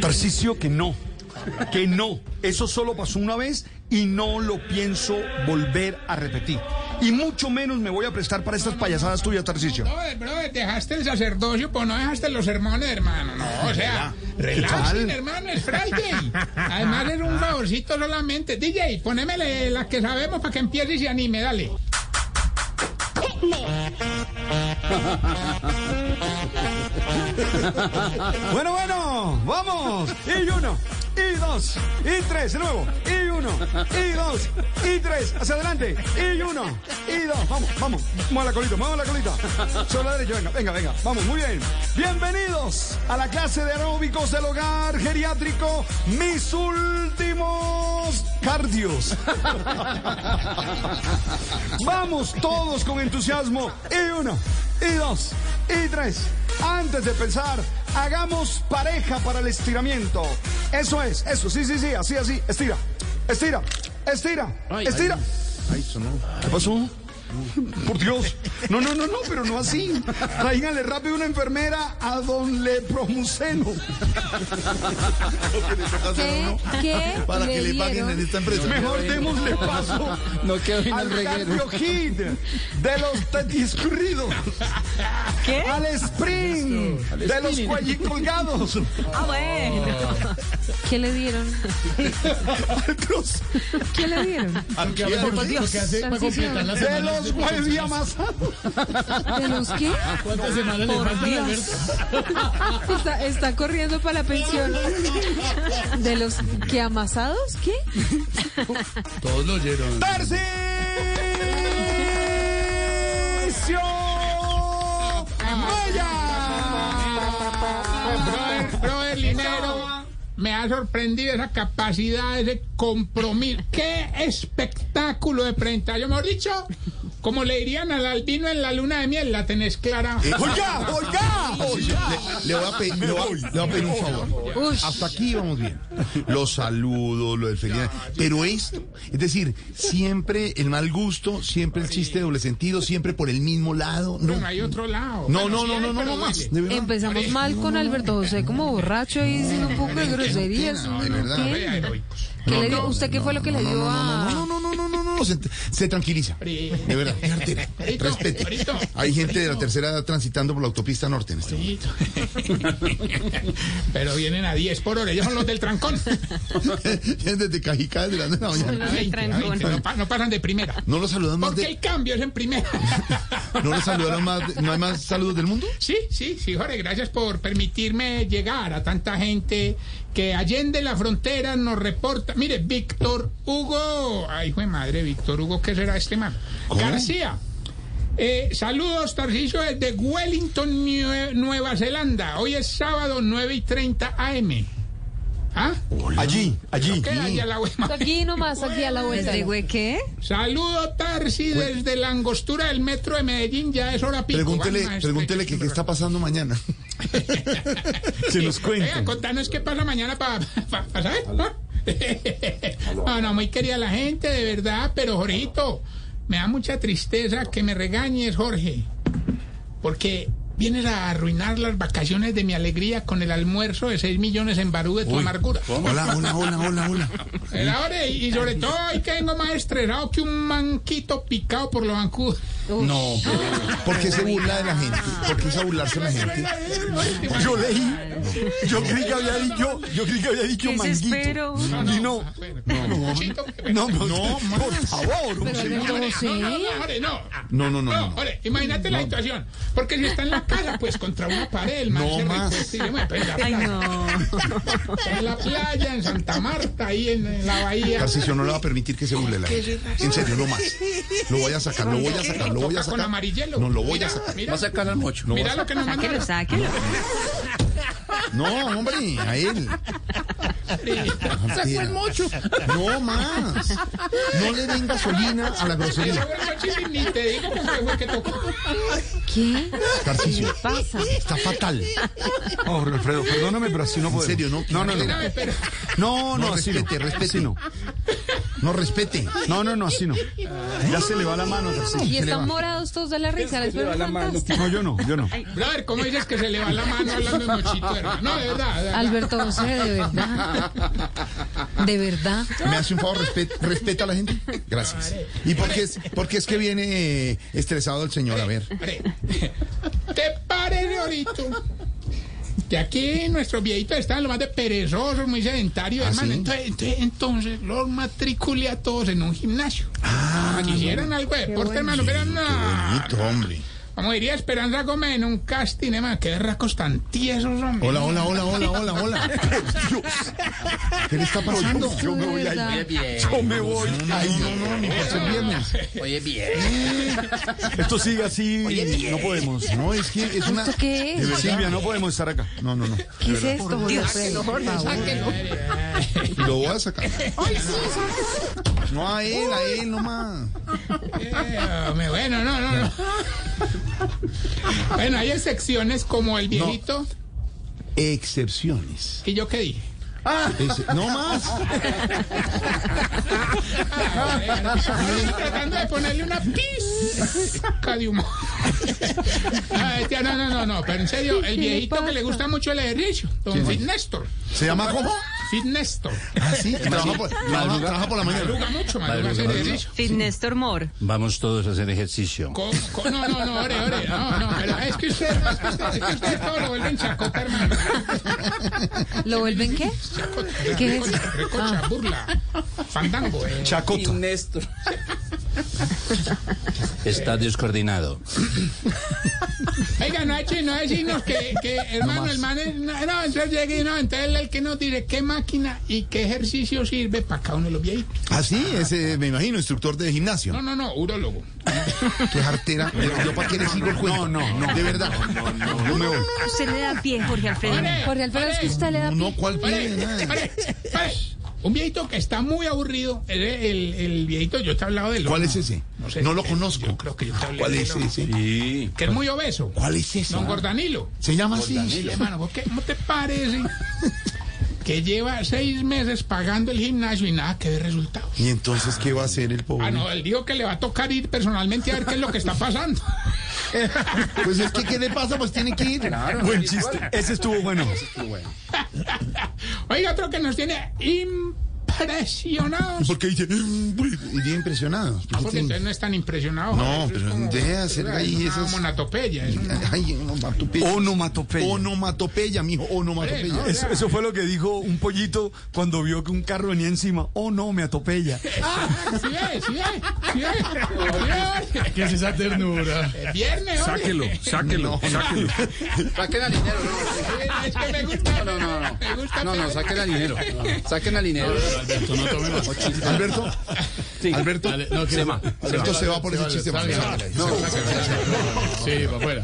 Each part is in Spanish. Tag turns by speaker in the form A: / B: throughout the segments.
A: Tarcisio, que no, que no. Eso solo pasó una vez y no lo pienso volver a repetir. Y mucho menos me voy a prestar para estas payasadas tuyas, Tarcisio.
B: Brother, brother, dejaste el sacerdocio, pues no dejaste los sermones, hermano. No, o sea, relaxing,
A: Total.
B: hermano, es Friday. Además, es un favorcito solamente. DJ, ponémele las que sabemos para que empiece y se anime, dale.
A: Bueno, bueno, vamos. Y uno, y dos, y tres, de nuevo. Y uno, y dos, y tres, hacia adelante. Y uno, y dos, vamos, vamos. Mueva la colita, mueva la colita. Solo la derecha, venga, venga, venga. Vamos, muy bien. Bienvenidos a la clase de aeróbicos del hogar geriátrico. Mis últimos cardios. Vamos todos con entusiasmo. Y uno, y dos, y tres. Antes de pensar, hagamos pareja para el estiramiento. Eso es, eso, sí, sí, sí, así, así. Estira, estira, estira, estira. ¿Qué pasó? Por Dios. No, no, no, no, pero no así. Tráigale rápido una enfermera a don Lepromuceno.
C: ¿Qué? ¿Qué? Para que le paguen en esta empresa.
A: Mejor démosle paso no al cardio hit de los tetiscurridos. Al sprint de los cuellicolgados.
C: Ah, bueno. ¿Qué le dieron?
A: Al cruz
C: ¿Qué le dieron? Tarcisio,
A: de los hueviamasados.
C: ¿De los qué? Por Dios. Está, está corriendo para la pensión. ¿De los que amasados? ¿Qué?
A: ¡Tarcisio Maya!
B: Brother, brother, Linero, me ha sorprendido esa capacidad, ese compromiso. ¡Qué espectáculo de presentación! Yo, mejor dicho, como le dirían al albino en la luna de miel, la tenés clara.
A: ¡Oiga! ¡Oiga!
D: Le, le voy a pe- le voy a- le voy a pedir un favor.
C: Ush.
D: Hasta aquí vamos bien. Los saludos, lo del feliz. Pero esto, es decir, siempre el mal gusto, siempre el chiste de doble sentido, siempre por el mismo lado. No,
B: No hay otro lado.
D: no,
B: Bueno,
D: no,
B: sí
D: no,
B: hay,
D: no, no,
B: pero
D: no
B: duele.
D: más. De verdad.
C: Empezamos mal con Alberto José como borracho y diciendo un poco de groserías.
D: no, de verdad.
B: Vea,
C: ¿Qué?
B: heroicos.
C: ¿Qué le dio? ¿Usted qué fue lo que le dio
D: No,
C: a...?
D: no, no, no, no, no, no, Se, se tranquiliza. De verdad, es artera.
B: Ahorita,
D: Respete.
B: ahorita.
D: Hay gente de la tercera edad transitando por la autopista norte en este momento.
B: Pero vienen a 10 por hora, ellos son los del trancón.
D: Desde Cajicá, desde las nueve de la mañana.
B: A 20, a 20, no, pa- no pasan de primera.
D: No lo saludan más
B: Porque
D: de,
B: el cambio es en primera.
D: no lo saludaron más de- no hay más saludos del mundo.
B: Sí, sí, sí, Jorge, gracias por permitirme llegar a tanta gente que allende la frontera nos reporta. Mire, Víctor Hugo, ay, hijo de madre, Víctor Hugo, ¿qué será este man? García. Eh, saludos, Tarcisio, desde Wellington, Nue- Nueva Zelanda. Hoy es sábado 9 y 30 AM. ¿Ah?
A: Allí, allí.
B: ¿Qué hay a la hue-
C: Aquí nomás, aquí a la vuelta. ¿De güey qué?
B: Saludo Tarsi desde la angostura del metro de Medellín, ya es hora pico. Vamos a
D: Pregúntele,
B: este-
D: pregúntele que qué está pasando mañana.
A: Se nos
B: Oiga, contanos qué pasa mañana para saber. ¿no? ¿Ah? No, no, muy querida la gente, de verdad, pero Jorgito, me da mucha tristeza que me regañes, Jorge, porque vienes a arruinar las vacaciones de mi alegría con el almuerzo de 6 millones en Barú de tu amargura.
D: Hola, hola, hola, hola, hola.
B: Era hora, y y sobre todo hoy que vengo más estresado que un manquito picado por los zancudos.
D: No, ¿por qué se burla de la gente? ¿Por qué usa burlarse de la gente?
A: Yo leí,
D: Yo creí que había dicho, yo creí que había dicho
C: Qué
D: manguito.
C: desespero.
D: Y no,
B: Ah, bueno, bueno, Chito, que bueno.
D: no, no, por favor. un
C: Pero
D: señor.
C: no,
B: Jorge,
C: sé.
B: no, no, Jorge, no.
D: No, no, no,
B: No,
D: no, no.
B: Jorge, imagínate la situación. Porque si está en la casa, pues contra una pared, el man
D: No
B: se
D: más.
B: recuesta y le mueve, pues, en la
C: Ay,
B: playa,
C: no.
B: en la playa, en Santa Marta, ahí en, en la bahía.
D: Tarcisio no le va a permitir que se burle la gente. En serio, no más. Lo voy a sacar, lo voy a sacar, lo voy a
B: Toca Con
D: sacar.
B: amarillelo.
D: No, lo voy
B: Mira,
D: a sacar.
B: Mira,
E: sacar al mocho.
D: No,
B: mira lo que nos
C: Sáquelo,
B: mandaron.
C: sáquelo.
D: no, hombre, a él.
E: el mocho.
D: No más. No le den gasolina a la
B: Ese
D: grosería.
B: buen mochilín, ni te digo con qué fue que tocó.
C: ¿Qué? ¿Qué
D: Tarcisio,
C: le pasa?
D: está fatal.
A: Oh, Alfredo, perdóname, pero así no puedo.
D: serio, no,
A: No, no, no.
B: Espérame, pero-
A: No,
D: No,
A: no, así no.
D: respete, respete.
A: Así no.
D: No respete.
A: No, no, no, así no. Ya se le va la mano, Tarcisio.
C: Y
D: le va.
C: están morados todos de la risa. Les fueron fantástico.
A: No, yo no, yo no.
B: Brother, ¿cómo dices que se le va la mano hablando de mochito, hermano? No, de verdad. de verdad.
C: Alberto José, de verdad. De verdad.
D: ¿Me hace un favor? Respet- ¿Respeta a la gente? Gracias. ¿Y por qué, es, por qué es que viene eh, estresado el señor? A ver.
B: Hombre, ¿Te parece ahorita? Que aquí nuestros viejitos están lo más de perezosos, muy sedentarios,
D: ¿Ah,
B: hermano.
D: sí?
B: Entonces, entonces, entonces los matriculé a todos en un gimnasio.
D: Ah,
B: Ah, Quisieran algo de deporte, hermano, pero
D: Bonito,
B: no.
D: hombre.
B: Como diría Esperanza Gómez en un casting, hermano, qué racos tan tiesos, hombre.
D: Hola, hola, hola, hola, hola, hola. Dios. ¿Qué le está pasando?
C: Yo me voy a ir. Oye,
E: bien.
D: Yo me voy. Ay, no, no, no, es el viernes.
E: Oye, bien.
A: Esto sigue así. No podemos.
D: No, es que es una.
C: ¿Esto qué
D: De
C: es?
D: verdad.
A: Silvia, no podemos estar acá.
D: No, no, no.
C: ¿Qué es esto, Jorge Alfredo? Por favor.
D: Lo voy a sacar. No a él, a él nomás.
B: Eh, hombre, bueno, no, no, no. bueno, hay excepciones como el viejito
D: Excepciones.
B: que yo que dije.
D: Ese- No más.
B: Estoy tratando de ponerle una pizca de humor. Ah, este, no, no, no, no, pero en serio, el
C: ¿Qué le
B: viejito que le
C: pasa?
B: gusta mucho el ejercicio, don Fit Néstor.
D: ¿Se llama cómo?
B: Fit Néstor.
D: Ah, sí. Trabaja por, trabaja- trabaja por la mañana.
B: Madruga mucho, madruga hacer ejercicio.
C: Fitness Tormor.
E: Vamos todos a hacer ejercicio.
B: Co- co- no, no, no, ore, ore, no, no, pero es que ustedes, es que ustedes, es que ustedes todos lo vuelven chacota, hermano.
C: ¿Lo vuelven qué? ¿Qué es? Ah.
B: Recocha, burla, fandango. eh.
A: Chacota.
E: Está descoordinado.
B: Oiga, no hay no hay signos que, que hermano, el man es, no, no, entonces llegue y no, entonces el que nos dice qué máquina y qué ejercicio sirve para cada uno de los viejitos.
D: Ah, sí, ese, me imagino, instructor de gimnasio.
B: No, no, no, urólogo.
D: Qué jartera. Yo, yo para qué le sigo el cuento. No, no, no. De verdad. No, no, no. me voy.
C: Usted le da pie, Jorge Alfredo. Jorge Alfredo, es que usted le da
D: No,
C: pie.
D: ¿cuál pie?
B: Pare,
D: Nada.
B: pare, pare. Un viejito que está muy aburrido, el, el, el viejito, yo te he hablado de él.
D: ¿Cuál es ese?
B: No sé.
D: No lo conozco.
B: Yo creo que yo te hablé
D: ¿Cuál
B: de
D: es
B: él,
D: ese?
B: Que es muy obeso.
D: ¿Cuál es Ah. ese?
B: Don Gordanilo.
D: ¿Se llama así?
B: Hermano, ¿por qué? ¿cómo te parece que lleva seis meses pagando el gimnasio y nada que ver resultados?
D: ¿Y entonces qué va a hacer el
B: Ah,
D: pobre?
B: no, él dijo que le va a tocar ir personalmente a ver qué es lo que está pasando.
D: Pues es que, ¿qué le pasa? Pues tiene que ir.
A: Buen chiste. Ese estuvo bueno.
B: Oiga, otro que nos tiene impresionados.
D: Porque dice, "Mm, y bien impresionado.
B: Ah, Porque entonces no es tan impresionado.
D: No,
B: joder, eso es
D: pero
B: como-
D: deje de hacer
B: es
D: ahí
B: una
D: esas-
B: monatopeya,
E: ¿eh?
B: es un-
D: Ay, onomatopeya.
A: Onomatopeya.
D: Onomatopeya, mijo,
B: Hombre,
D: onomatopeya.
B: ¿no?
A: Eso, eso fue lo que dijo un pollito cuando vio que un carro venía encima. Oh, no, me atopella.
B: Ah, Sí es, sí es, sí es, sí es.
E: ¿Qué es esa ternura?
B: Es Viernes, hombre.
E: sáquelo, sáquelo. Saquen al dinero.
B: Es que me gusta.
E: No, no, no.
B: Me gusta.
E: No, no, saquen al dinero. Saquen al dinero. Alberto, no tomemos.
D: Alberto, Alberto,
E: No, que se va.
D: Alberto se va por ese chiste.
E: Salga,
D: Marcelo.
E: salga. No, Sí, para afuera.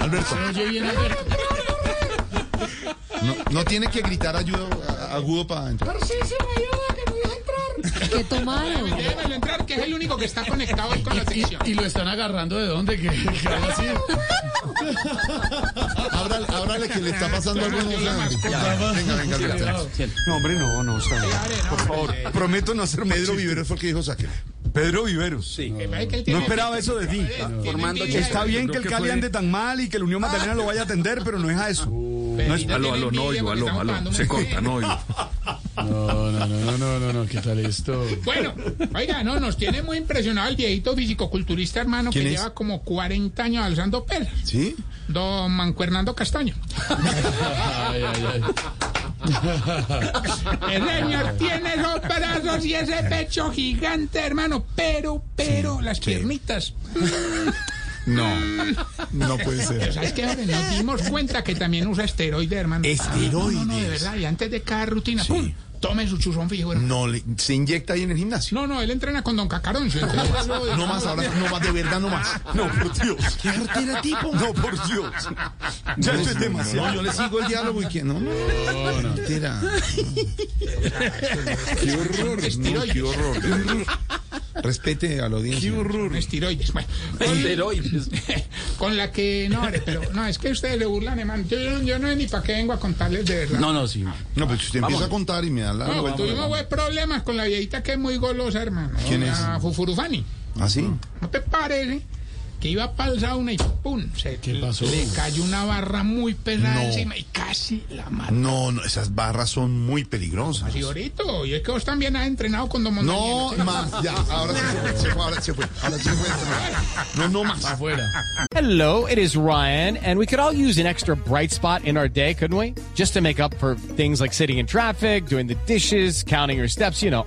D: Alberto,
E: Yo bien, Alberto.
D: no, no tiene que gritar ayuda, a- agudo para entrar.
C: Qué tomado.
B: Déjamelo entrar, que es el único que está conectado hoy con la sección.
E: Y, y lo están agarrando de dónde, que, que algo así.
D: Ábrale, ábrale que le está pasando algo.
B: Yo la mascota.
D: Ya, Venga, venga, venga.
A: No, hombre, no, no, está bien. Por favor, prometo no hacer
D: Pedro
A: Pedro,
D: Viveros fue el que dijo sáquelo.
A: Pedro Viveros. Sí.
B: Que parece que él
A: No
B: tiene-
A: esperaba eso de ti.
B: Tiene envidia,
A: Está bien que el Cali ande tan mal y que la Unión Magdalena lo vaya a atender, pero no es a eso. No es-
B: Aló, aló, no oigo, aló, aló. Se corta, no oigo.
E: No, no, no, no, no, no, no, ¿qué tal esto?
B: Bueno, oiga, no, nos tiene muy impresionado el viejito fisicoculturista hermano que
D: ¿Quién es?
B: lleva como 40 años alzando pelas.
D: ¿Sí?
B: Don Mancuernando Castaño.
E: Ay, ay, ay.
B: El señor tiene esos brazos y ese pecho gigante, hermano. Pero, pero, las piernitas.
D: No, no puede
B: Pero
D: ser.
B: ¿sabes qué? Jorge? Nos dimos cuenta que también usa esteroide, hermano. Ah,
D: Esteroides.
B: No, no, no, de verdad. Y antes de cada rutina, ¡pum! Tome su chuzón fijo, hermano.
D: No, le- se inyecta ahí en el gimnasio.
B: No, no, él entrena con Don Cacarón. ¿sí? Entonces, lo-
D: No más ahora, no más, de verdad no más. No, por Dios. ¿Qué artera tipo? No, por Dios. Ya esto es demasiado. yo le sigo el diálogo y que no, no. No, no. Artera. Qué horror. No, qué horror. Qué horror. Respete a la audiencia. Qué horror.
B: con esteroides. Bueno,
E: Esteroides.
B: con la que. No, hombre, pero no, es que ustedes le burlan, hermano. Yo, yo- yo no sé ni para qué vengo a contarles de verdad.
E: No, no, sí.
D: No, pues usted empieza a contar y me da la
B: No,
D: vuelta.
B: tuvimos güey, problemas con la viejita que es muy golosa, hermano.
D: ¿Quién
B: La Fufurufani.
D: ¿Ah, sí?
B: ¿No te parece? Que iba para el sauna y ¡pum! Se,
E: ¿Qué pasó?
B: Le cayó una barra muy pesada
D: No.
B: encima y casi la mató.
D: No, no, esas barras son muy peligrosas.
B: Señorito, y es que vos también has entrenado con Don Montañero.
D: No más, ya, ahora se fue, se fue, ahora se fue, ahora se fue. No, no más.
E: Afuera.
F: Hello, it is Ryan, and we could all use an extra bright spot in our day, couldn't we? Just to make up for things like sitting in traffic, doing the dishes, counting your steps, you know,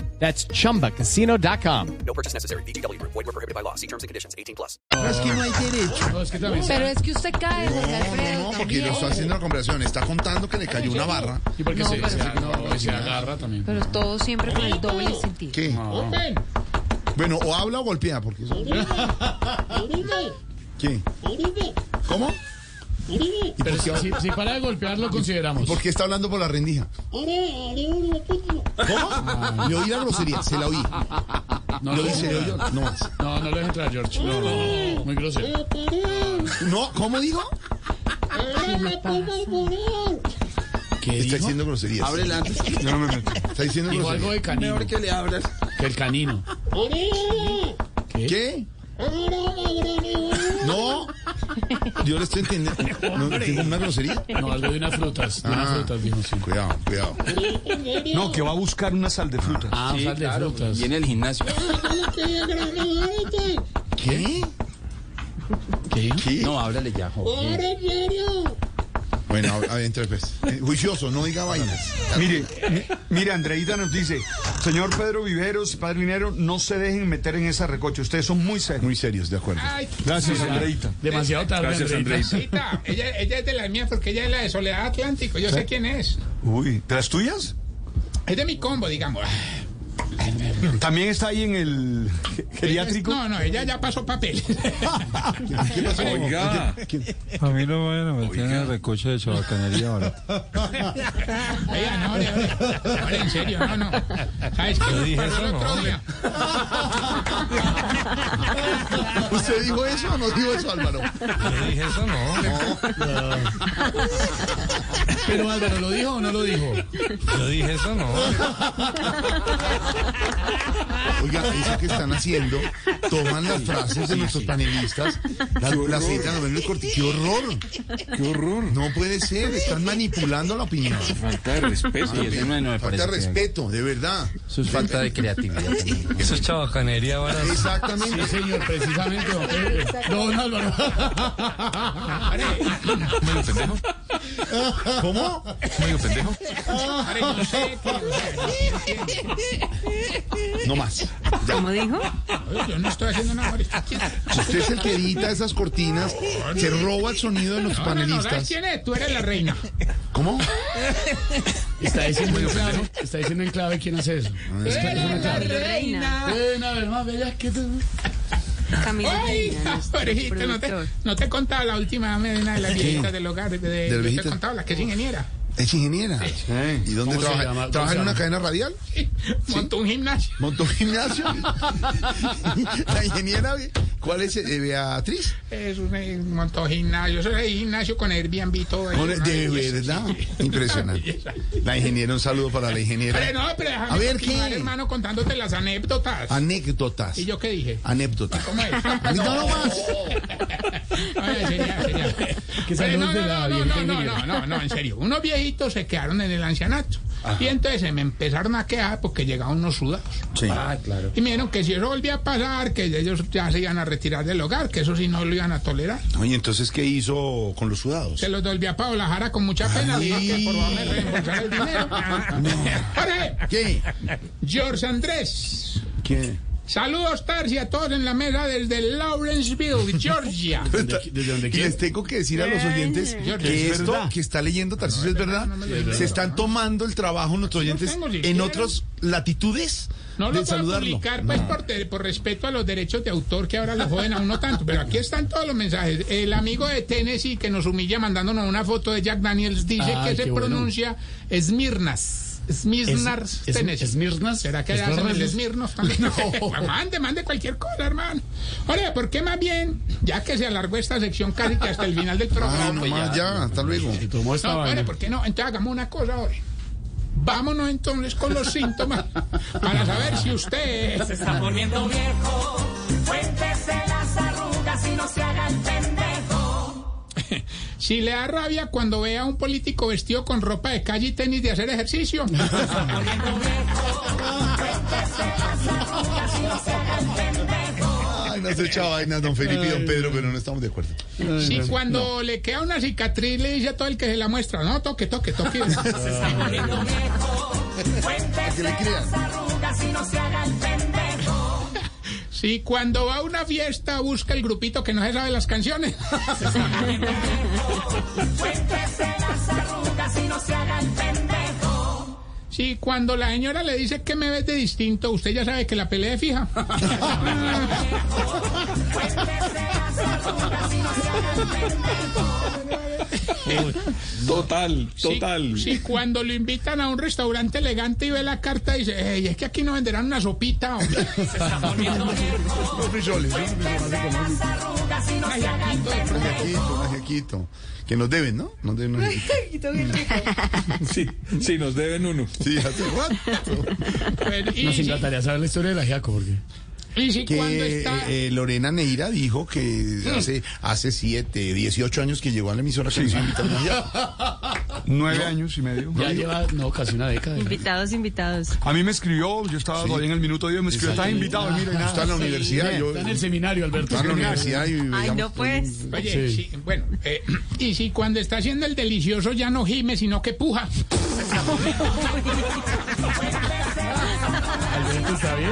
F: That's chumbacasino.com.
G: No purchase necessary. VGW Group. Void were prohibited by law. See terms and conditions. 18 plus.
H: Pero es que no hay derecho.
E: No, es que también.
C: Pero es que usted cae, Jorge Alfredo.
D: No, porque lo está
C: también.
D: haciendo la conversación. Está contando que le cayó una barra.
E: Y porque
C: No,
E: se,
C: pero-
E: se- no, se agarra también.
C: Pero todo siempre con el doble sentido.
D: ¿Qué?
B: Open,
D: Ah. Bueno, o habla o golpea, porque eso- ¿Qué? ¿Cómo? ¿Y por,
E: Pero si,
D: qué,
E: si- si para de golpear lo consideramos.
D: por qué está hablando por la rendija? ¿Cómo? Le oí la grosería, se la oí.
E: No,
D: Lo
E: no,
D: hice, lo yo. No más.
E: no, no lo dejes entrar, George. No, no, no, muy grosero.
D: No, ¿cómo digo?
E: ¿Qué
D: Está
E: dijo?
D: diciendo groserías.
E: Ábrele antes.
D: No, no me meto. Está diciendo
E: Dijo algo
D: groserías.
E: de canino.
I: que le abras.
E: Que el canino.
D: ¿Qué? No. Yo le estoy entendiendo. No, ¿Tengo una grosería?
E: No, algo de unas frutas. De unas
D: Ah.
E: frutas, dijo. Sí.
D: Cuidado, cuidado.
A: No, que va a buscar una sal de frutas.
E: Ah, sal de frutas.
I: Viene el gimnasio.
D: ¿Qué?
E: ¿Qué?
D: ¿Qué?
I: No, ábrale ya, Jorge.
D: Bueno, a ver, entra pues. Eh, Juicioso, no diga vainas.
A: Mire, mi- mire, Andreita nos dice, señor Pedro Viveros, padre Linero, no se dejen meter en esa recocha. Ustedes son muy serios.
D: Muy serios, de acuerdo.
B: Ay,
A: Gracias, Andreita.
E: Demasiado tarde,
J: Gracias,
E: Andreita.
B: Tita, ella, ella es de las mías porque ella es la de Soledad Atlántico. Yo sé quién es.
A: Uy, ¿de las tuyas?
B: Es de mi combo, digamos.
A: También está ahí en el geriátrico.
B: No, no, ella ya pasó papel.
D: ¿Qué pasó?
J: Oiga,
K: A mí no me van a meter en la recocha de chabacanería ahora.
B: Oiga, no, hombre, hombre. Hombre, en serio, no, no. ¿Sabes qué? Nos pasó el otro día.
D: ¿Usted dijo eso o no dijo eso, Álvaro?
K: dije eso, no.
E: Pero Álvaro, ¿lo dijo o no lo dijo?
K: Yo dije eso, no.
D: Oiga, eso que están haciendo, toman las frases de nuestros panelistas, las, las citan, lo ven muy corti- ¡Qué horror!
J: qué horror.
D: No puede ser, están manipulando la opinión.
J: Falta de respeto.
I: Ah, Sí, eso no, no me
D: Falta
I: parece.
D: de
I: que-
D: respeto, de verdad.
I: Eso es falta de creatividad. también.
K: Eso es chabacanería ahora.
D: Exactamente.
E: Sí, señor, precisamente. don Pedro. eh, Don Álvaro.
J: ¿Medio pendejo?
D: ¿Cómo?
J: ¿Medio pendejo?
B: Hombre, no sé qué-
D: No más.
C: ¿Cómo dijo?
B: Oye, Yo no estoy haciendo nada. hombre. ¿Quién-
D: Si usted es el que edita esas cortinas, se roba el sonido de los
B: No, no, no, ¿sabes
D: panelistas.
B: quién es? Tú eres la reina.
D: ¿Cómo?
E: Está diciendo en clave, está diciendo en clave quién hace eso.
B: Eres la reina.
E: Eh, una vez más, bella que tú.
C: Camila
B: Ay,
C: Medina, nuestro
B: Jorgito, no te,
C: este productor.
B: no te he contado la última medina de la viejita del hogar. De,
D: la
B: yo te he
D: viejita?
B: contado la que es ingeniera.
D: Es ingeniera. ¿Y dónde
B: ¿Cómo se
D: trabaja?
B: llama? ¿Cómo
D: ¿Trabaja
B: se
D: en una
B: llama?
D: cadena radial?
B: Montó un gimnasio.
D: ¿Montó un gimnasio? ¿La ingeniera? ¿Cuál es eh, Beatriz?
B: Es un eh, montó gimnasio. Eso es gimnasio con Airbnb todo. ahí,
D: Ahora,
B: una
D: de
B: belleza.
D: verdad. Impresionante. La ingeniera, un saludo para la
B: Pero
D: ingeniera.
B: no, pero déjame
D: A ver,
B: continuar,
D: ¿qué?
B: hermano, contándote las anécdotas.
D: Anécdotas.
B: ¿Y yo qué dije?
D: Anécdotas.
B: ¿Cómo es?
D: Ah, No, no más.
B: Oye, señal, señal.
E: Que
B: Oye, no,
E: saludos de
B: no,
E: la
B: no, no,
E: Virgen
B: no, no,
E: Miguel.
B: no, no, en serio. Unos viejitos se quedaron en el ancianato. Y entonces se me empezaron a quejar porque llegaban unos sudados.
D: Sí.
I: Ah, claro.
B: Y me dijeron que si eso volvía a pasar, que ellos ya se iban a retirar del hogar, que eso sí no lo iban a tolerar.
D: Oye, entonces, ¿qué hizo con los sudados?
B: Se los volví a Paola Jara con mucha pena.
D: Ay.
B: dijo que por favor me reembolsara el dinero. Jorge,
D: ¿Qué?
B: George Andrés.
D: ¿Qué?
B: Saludos, Tarsi, a todos en la mesa desde Lawrenceville, Georgia.
D: ¿Desde
E: dónde
D: Les tengo que decir a los oyentes
B: Ay, Jorge,
D: que
B: es
D: esto
E: verdad.
D: que está leyendo Tarcísio es verdad.
B: no me lo digas.
D: Se están tomando el trabajo nuestros oyentes
B: tengo, si
D: en
B: quieren.
D: otras latitudes
B: No
D: de
B: lo puedo
D: saludarlo.
B: publicar, pues, por, te- por respeto a los derechos de autor que ahora lo joden a uno tanto. Pero aquí están todos los mensajes. El amigo de Tennessee que nos humilla mandándonos una foto de Jack Daniels dice
E: Ay,
B: que
E: qué
B: se
E: bueno.
B: pronuncia Smirnas. Smirnas,
E: Es- es-
B: Tennessee.
E: ¿Smirnas?
B: ¿Será que
E: ¿Es
B: hacen el
E: Smirnas?
B: Smirnoff también? Pues,
E: No.
B: mande, mande cualquier cosa, hermano. Oye, ¿por qué más bien? Ya que se alargó esta sección casi que hasta el final del programa.
D: Ah, nomás, ya, hasta luego.
E: Tomó esta
B: No,
E: vaina.
B: espere, ¿por qué no? Entonces hagamos una cosa ahora. Vámonos entonces con los síntomas para saber si usted se está poniendo viejo. Cuéntese las arrugas y no se haga el pendejo. Si le da rabia cuando vea a un político vestido con ropa de calle y tenis de hacer ejercicio.
D: Ay, no se echa vainas, don Felipe y don Pedro, pero no estamos de acuerdo.
B: Si cuando le queda una cicatriz le dice a todo el que se la muestra, no, toque, toque, toque.
D: ¿A qué le crean?
B: Si cuando va a una fiesta busca el grupito que no se sabe las canciones. Si cuando la señora le dice que me ves de distinto, usted ya sabe que la pelea es fija.
J: Total,
B: Si-
J: total.
B: Si, cuando lo invitan a un restaurante elegante y ve la carta, dice, "Ey, es que aquí no venderán una sopita, hombre.
D: Los frijoles, ¿no? Un ajiaquito, un ajiaquito. Que nos deben, ¿no? Nos deben un ajiaquito.
J: Sí, sí, nos deben uno.
D: Sí, hace rato.
B: Bueno, Pues, y,
E: Nos
B: si,
E: encantaría saber la historia del ajiaco, porque...
B: y si
D: Que
B: cuando está...
D: eh, eh, Lorena Neira dijo que hace, hace 7, 18 años que llegó a la emisora que nos invitó a un ajiaco.
A: Nueve años y medio.
E: Ya lleva, Ah, no, casi una década.
L: Invitados, invitados.
A: A mí me escribió, yo estaba todavía en el minuto 10, me escribió, estás invitado,
E: Ah.
A: mira, y nada.
D: Está en la universidad. Yo,
E: Está en el seminario, Alberto.
D: está en la universidad y
L: Ay,
D: digamos,
L: no pues.
B: Oye,
E: Sí.
B: sí, bueno, eh, y si cuando está haciendo el delicioso ya no gime, sino que puja.
E: Alberto está bien.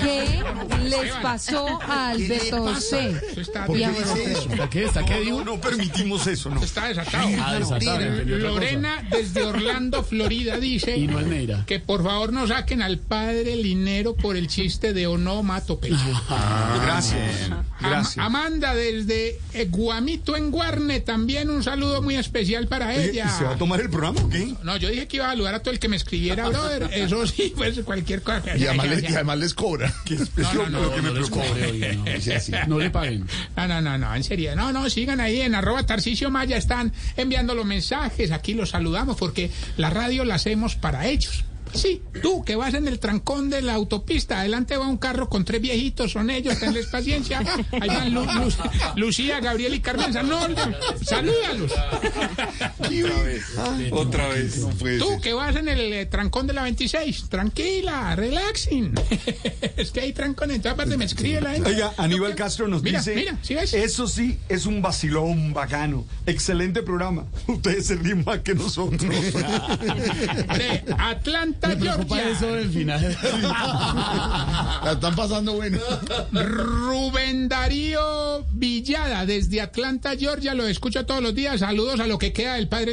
C: ¿Qué les pasó a Alberto José? pues,
B: Eso está,
D: ¿Por qué
B: eso
D: dice eso?
E: ¿Está qué? ¿Está qué, digo?
D: no permitimos eso, no.
B: está desatado.
E: Ah, desatado, entendí otra cosa.
B: Lorena desde Orlando, Florida, dice
E: Y no es Neira.
B: que por favor no saquen al padre Linero por el chiste de onomatopeya.
E: Ah.
A: Gracias.
B: Am-
A: Gracias.
B: Amanda desde eh, Guamito en Guarne, también un saludo muy especial para
A: Oye,
B: ella.
A: ¿Se va a tomar el programa o qué?
B: No, yo dije que iba a saludar a todo el que me escribiera, brother. Eso sí, pues cualquier cosa.
D: Y además, les, y además les cobra.
B: No, no, no,
E: No les cobre, oiga, no.
D: Dice así.
E: No le paguen.
B: No, no, no, no, en serio. No, no, sigan ahí en arroba Tarcicio Maya, están enviando los mensajes, aquí los saludamos porque la radio la hacemos para ellos. Sí, tú que vas en el trancón de la autopista, adelante va un carro con tres viejitos, son ellos, tenles paciencia. Ahí van Lu- Lu- Lucía, Gabriel y Carmen Sanol, salúdalos.
J: Otra vez.
D: No puede
B: Tú
D: ser.
B: que vas en el eh, trancón de la 26, tranquila, relaxing. es que hay trancón en todas partes, me escribe la gente.
A: Oiga, Aníbal Castro nos
B: Mira,
A: dice,
B: mira, ¿sí ves?
A: eso sí, es un vacilón bacano. Excelente programa. Ustedes se ríen más que nosotros.
B: De Atlanta,
E: Me preocupa
B: Georgia.
E: eso del final.
D: La están pasando bueno.
B: Rubén Darío Villada, desde Atlanta, Georgia, lo escucho todos los días. Saludos a lo que queda del padre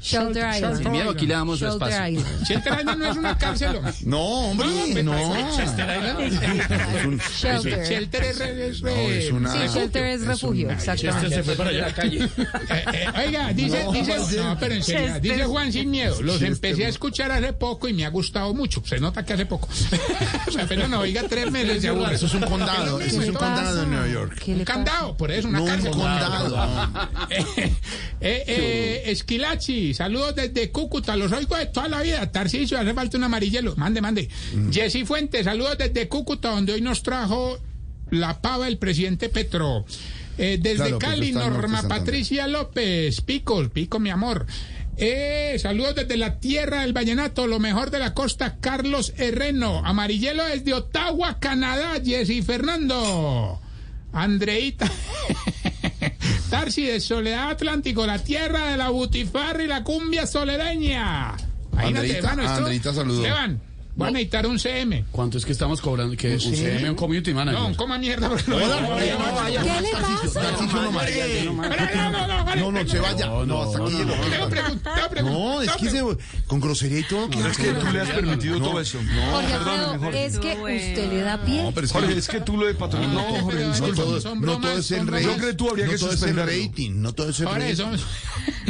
C: Shelter Island.
I: Sin miedo, aquí le damos su
C: Shelter
I: espacio.
C: Island.
B: Shelter Island no es una cárcel. hombre.
D: No, hombre, no. Es un-
C: Shelter.
B: Shelter es... es-
D: es una-
C: Sí, shelter es refugio,
D: este
C: exactamente.
E: se fue para allá.
B: Eh, eh, oiga, dice, dice, no, pero en serio,
C: Chester.
B: dice Juan sin miedo. Los
D: Chester.
B: empecé a escuchar hace poco y me ha gustado mucho. Se nota que hace poco. o sea, pero no, oiga, tres meses de
D: Eso es un condado, eso es un
C: ¿Qué
D: condado
C: pasa?
D: en Nueva York.
C: ¿Qué
B: Un
C: le pasa?
B: candado, por eso, una
D: No un
B: cárcel.
D: condado.
B: Eh, eh, Esquilachi, saludos desde Cúcuta, los oigo de toda la vida. Tarcisio, hace falta un amarillelo. Mande, mande.
D: Mm.
B: Jessy Fuentes, saludos desde Cúcuta, donde hoy nos trajo la pava el presidente Petro. Eh, desde
D: Claro, pues,
B: Cali,
D: está en Norte
B: Norma
D: Santander.
B: Patricia López, Pico, Pico, mi amor. Eh, saludos desde la tierra del vallenato, lo mejor de la costa, Carlos Herreno. Amarillelo desde Ottawa, Canadá, Jessy Fernando. Andreita. Tarsi de Soledad Atlántico, la tierra de la butifarra y la cumbia soledeña. Imagínate,
D: Andreita,
B: hermano, esto-
D: Andreita, saludos.
B: Esteban, voy a
I: No.
B: necesitar un CM.
I: ¿Cuánto es que estamos cobrando? ¿Qué? ¿Un CM? ¿Un community manager?
B: No, coma mierda. porque no-
C: ¿Qué le pasa?
D: Tarcisio no más.
B: No, no, no, eh. vale.
D: No, no, se vaya. No, hasta aquí llegó.
B: Tengo pregunta, tengo pregunta,
D: No, es
B: tengo
D: que se, con grosería y todo. que-
J: Pero es que tú le has permitido todo eso.
C: Jorge
J: No, perdón,
C: Alfredo,
J: mejor.
C: es que usted le da pie.
D: No, pero es que-
J: Jorge, es que tú lo de patrón. No, Jorge,
B: pero-
D: No
J: disculpa.
D: todo,
B: Son
D: no
B: bromas,
D: todo es
B: son
D: el
B: bromas.
D: rating.
B: Yo creo
J: que tú habría
D: no
J: que
D: todo es el
J: suspenderlo.
D: rating. No todo es el
B: Jorge,
D: rating.
B: son,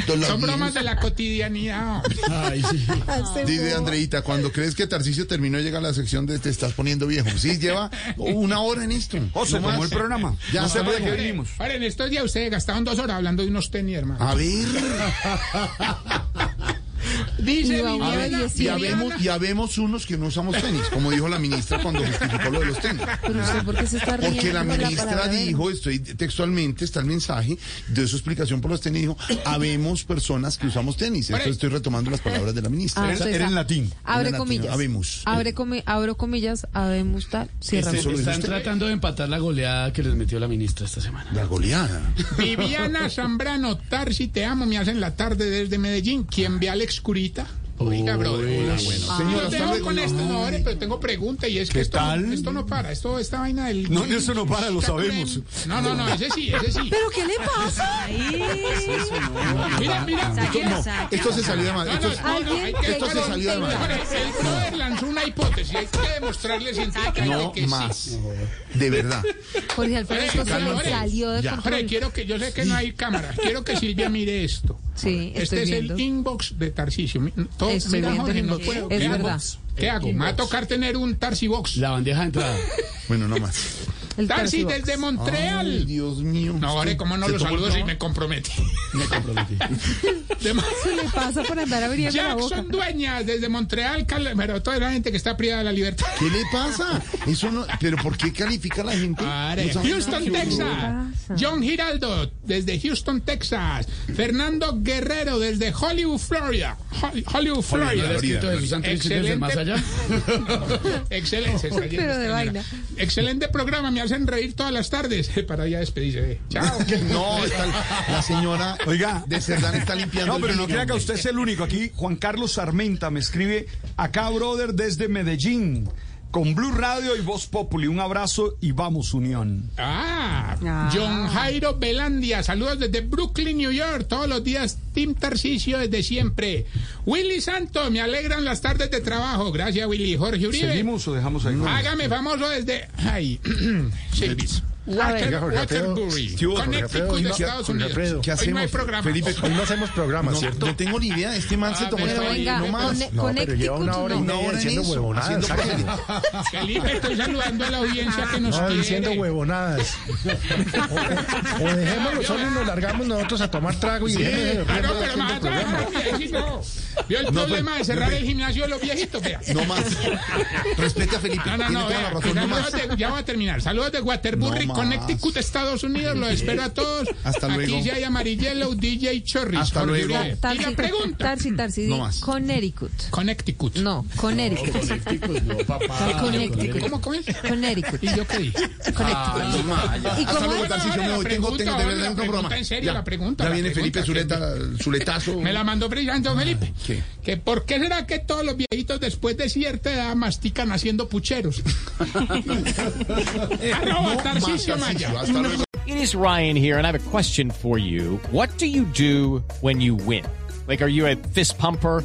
D: Todas las
B: son bromas de
D: audiencias.
B: la cotidianidad. hombre.
D: Dice Andreita, cuando crees que Tarcicio terminó, llega a la sección de te estás poniendo viejo. Sí, lleva una hora en esto.
A: José,
D: No más.
A: como el programa.
D: Ya
A: no sé
D: estamos.
A: para qué vinimos.
B: Ahora, en estos días ustedes gastaron dos horas hablando de unos tenis, hermano.
D: A ver,
B: Dice
C: Y vamos a ver,
B: Viviana,
C: y
D: y
C: así
B: Viviana,
D: habemos, y habemos unos que no usamos tenis, como dijo la ministra cuando justificó lo de los tenis.
C: Pero usted, ¿por qué se está riendo?
D: Porque la
C: de
D: ministra
C: palabra de él?
D: dijo, estoy textualmente, está el mensaje, de su explicación por los tenis, dijo, habemos personas que usamos tenis. Esto estoy retomando las palabras de la ministra.
C: Ah, entonces
D: Era-
C: está-
D: era en latín. Era
C: Abre
D: en latín,
C: comillas.
D: habemus.
C: Abre comi- abro comillas, habemos tal. Cierra.
D: Este-
C: comillas.
D: Solo
I: Están
D: dijiste-
I: tratando de empatar la goleada que les metió la ministra esta semana.
D: La goleada.
B: Viviana Zambrano, Tarsi, te amo, me hacen la tarde desde Medellín. ¿Quién ve a Alex Curita? Oiga, bro.
D: Señora,
B: Yo
D: hasta
B: dejo
D: luego.
B: con esto, no, hombre, pero tengo pregunta y es que esto,
A: tal?
B: esto no para, esto, esta vaina del...
A: No, eso no para, lo
B: Está con
A: sabemos.
B: el- No, no, no, ese sí, ese sí.
C: ¿Pero qué le pasa?
B: Mira, mira.
D: No, esto se salió de madre.
B: No, no,
D: Esto es-
B: no, no, hay que-
D: esto se salió de madre.
B: El brother lanzó una hipótesis, hay que demostrarle científicamente
D: No
B: que sí.
D: más. De verdad.
C: Jorge Alfredo, esto se le
B: Calmadores.
C: salió de
D: Ya.
B: Jorge,
C: control.
B: quiero que yo sé que no hay cámara, quiero que Silvia mire esto.
C: Sí,
B: este
C: estoy
B: es
C: viendo.
B: el inbox de Tarcisio. Mi- Todo,
C: Estoy
B: mira,
C: viendo
B: Jorge,
C: el
B: no
C: inbox.
B: puedo.
C: Es
B: ¿Qué
C: verdad.
B: hago? ¿Qué hago? Me va a tocar tener un Tarsibox.
I: La bandeja de entrada.
D: Bueno, no más.
C: El
B: Tarsi
C: Tarsi
B: desde
C: Box.
D: Ay,
B: Montreal.
D: Dios mío.
B: No, ahora cómo no
D: Se
B: lo
D: tomó el
B: saludo si
D: programa.
B: me compromete.
I: Me comprometí.
B: De ma-
C: ¿Qué le pasa por andar abriendo la boca?
B: Jackson Dueñas desde Montreal, Cal- pero toda la gente que está privada de la libertad.
D: ¿Qué le pasa? Eso no, pero ¿por qué califica a la gente?
B: Are.
D: No sabe
B: Houston,
D: nada.
B: Texas. John Giraldo, desde Houston, Texas. Fernando Guerrero, desde Hollywood, Florida. Hol- Hollywood, Florida.
I: Escrito de Susan Trichet desde el más allá.
B: Excelente. se está
C: Uy,
B: yendo
C: pero de
B: esta
C: vaina.
B: señora. Excelente programa, me hacen reír todas las tardes. Para ya despedirse. eh. Chao.
D: No, está, la señora
A: Oiga.
D: de Cerdán está limpiando.
A: No,
D: el
A: pero no
D: vidrio,
A: crea que
D: hombre.
A: usted es el único. Aquí Juan Carlos Sarmenta me escribe acá, brother, desde Medellín, con Blue Radio y Voz Populi. Un abrazo y vamos, Unión.
B: Ah,
C: Ah.
B: John Jairo Belandia, saludos desde Brooklyn, New York, todos los días, Tim Tarcisio desde siempre. Willy Santo, me alegran las tardes de trabajo, gracias Willy. Jorge Uribe,
A: ¿Seguimos o dejamos ahí?
B: hágame famoso desde... Ay, Silvis.
C: Venga,
B: Water-
L: Jorge Alfredo.
B: Waterbury,
L: Sí, Jorge
B: Connecticut
L: Alfredo,
B: de
L: hoy no-
B: Estados
L: Jorge
B: Unidos.
L: Alfredo.
D: ¿Qué
B: Hoy no hay
D: hacemos?
B: programa.
L: Felipe, hoy no hacemos programa,
D: No,
L: ¿cierto?
D: no tengo ni idea. Este man se tomó
B: Ah, pero
D: esta
C: Pero
D: vaina.
C: venga,
D: No más.
C: conne-
L: No, pero lleva
C: Connecticut
L: una hora y
C: no.
D: Una
L: media
A: eh,
D: hora en
L: diciendo
D: eso,
L: huevonadas.
D: haciendo
L: sáquenle.
B: Felipe, estoy saludando a la audiencia que nos
L: No,
B: quiere.
L: diciendo huevonadas. O, o dejémoslo solo y nos largamos nosotros a tomar trago y déjenme-
B: Ah, no, pero más, ah, sí, no. Vio el problema de cerrar el gimnasio de los viejitos, vea.
D: No más. Respete a Felipe.
B: No, no,
D: tiene
B: no,
D: toda la
B: vea,
D: razón. No
B: saludos
D: más.
B: de- ya voy a terminar. Saludos de Waterbury,
D: No más.
B: Connecticut, Estados Unidos. Los espero a todos.
D: Hasta luego.
B: Aquí ya hay Amarillo, DJ Chorris.
D: Hasta
B: Jorge
D: luego.
B: Uribe. Y la
C: Tarsi,
B: pregunta.
C: Tarsi, Tarsi, di
D: No más.
C: Connecticut.
B: Connecticut. Ah,
C: No, Connecticut.
D: Pues
I: Connecticut, no, papá.
C: Connecticut.
B: ¿Cómo, cómo es?
C: Connecticut.
B: ¿Y yo qué dije?
D: No más.
C: ¿Y
D: Hasta
C: cómo
D: luego,
C: es?
D: Tarcisio, me voy.
B: La
D: Tengo, tengo
B: pregunta,
D: de verdad un
B: la
D: programa.
B: pregunta, en serio,
D: Ya.
B: la pregunta,
D: Ya
B: la
D: viene Felipe
B: pregunta,
D: Zuleta, Zuletazo.
B: Me la mandó precisamente don Felipe.
D: Ah, ¿qué?
B: Que ¿Por qué será que todos los viejitos después de cierta edad mastican haciendo pucheros? Arroba Tarcisio Maya.
D: Hasta luego.
F: It is Ryan here, and I have a question for you. What do you do when you win? Like, are you a fist pumper?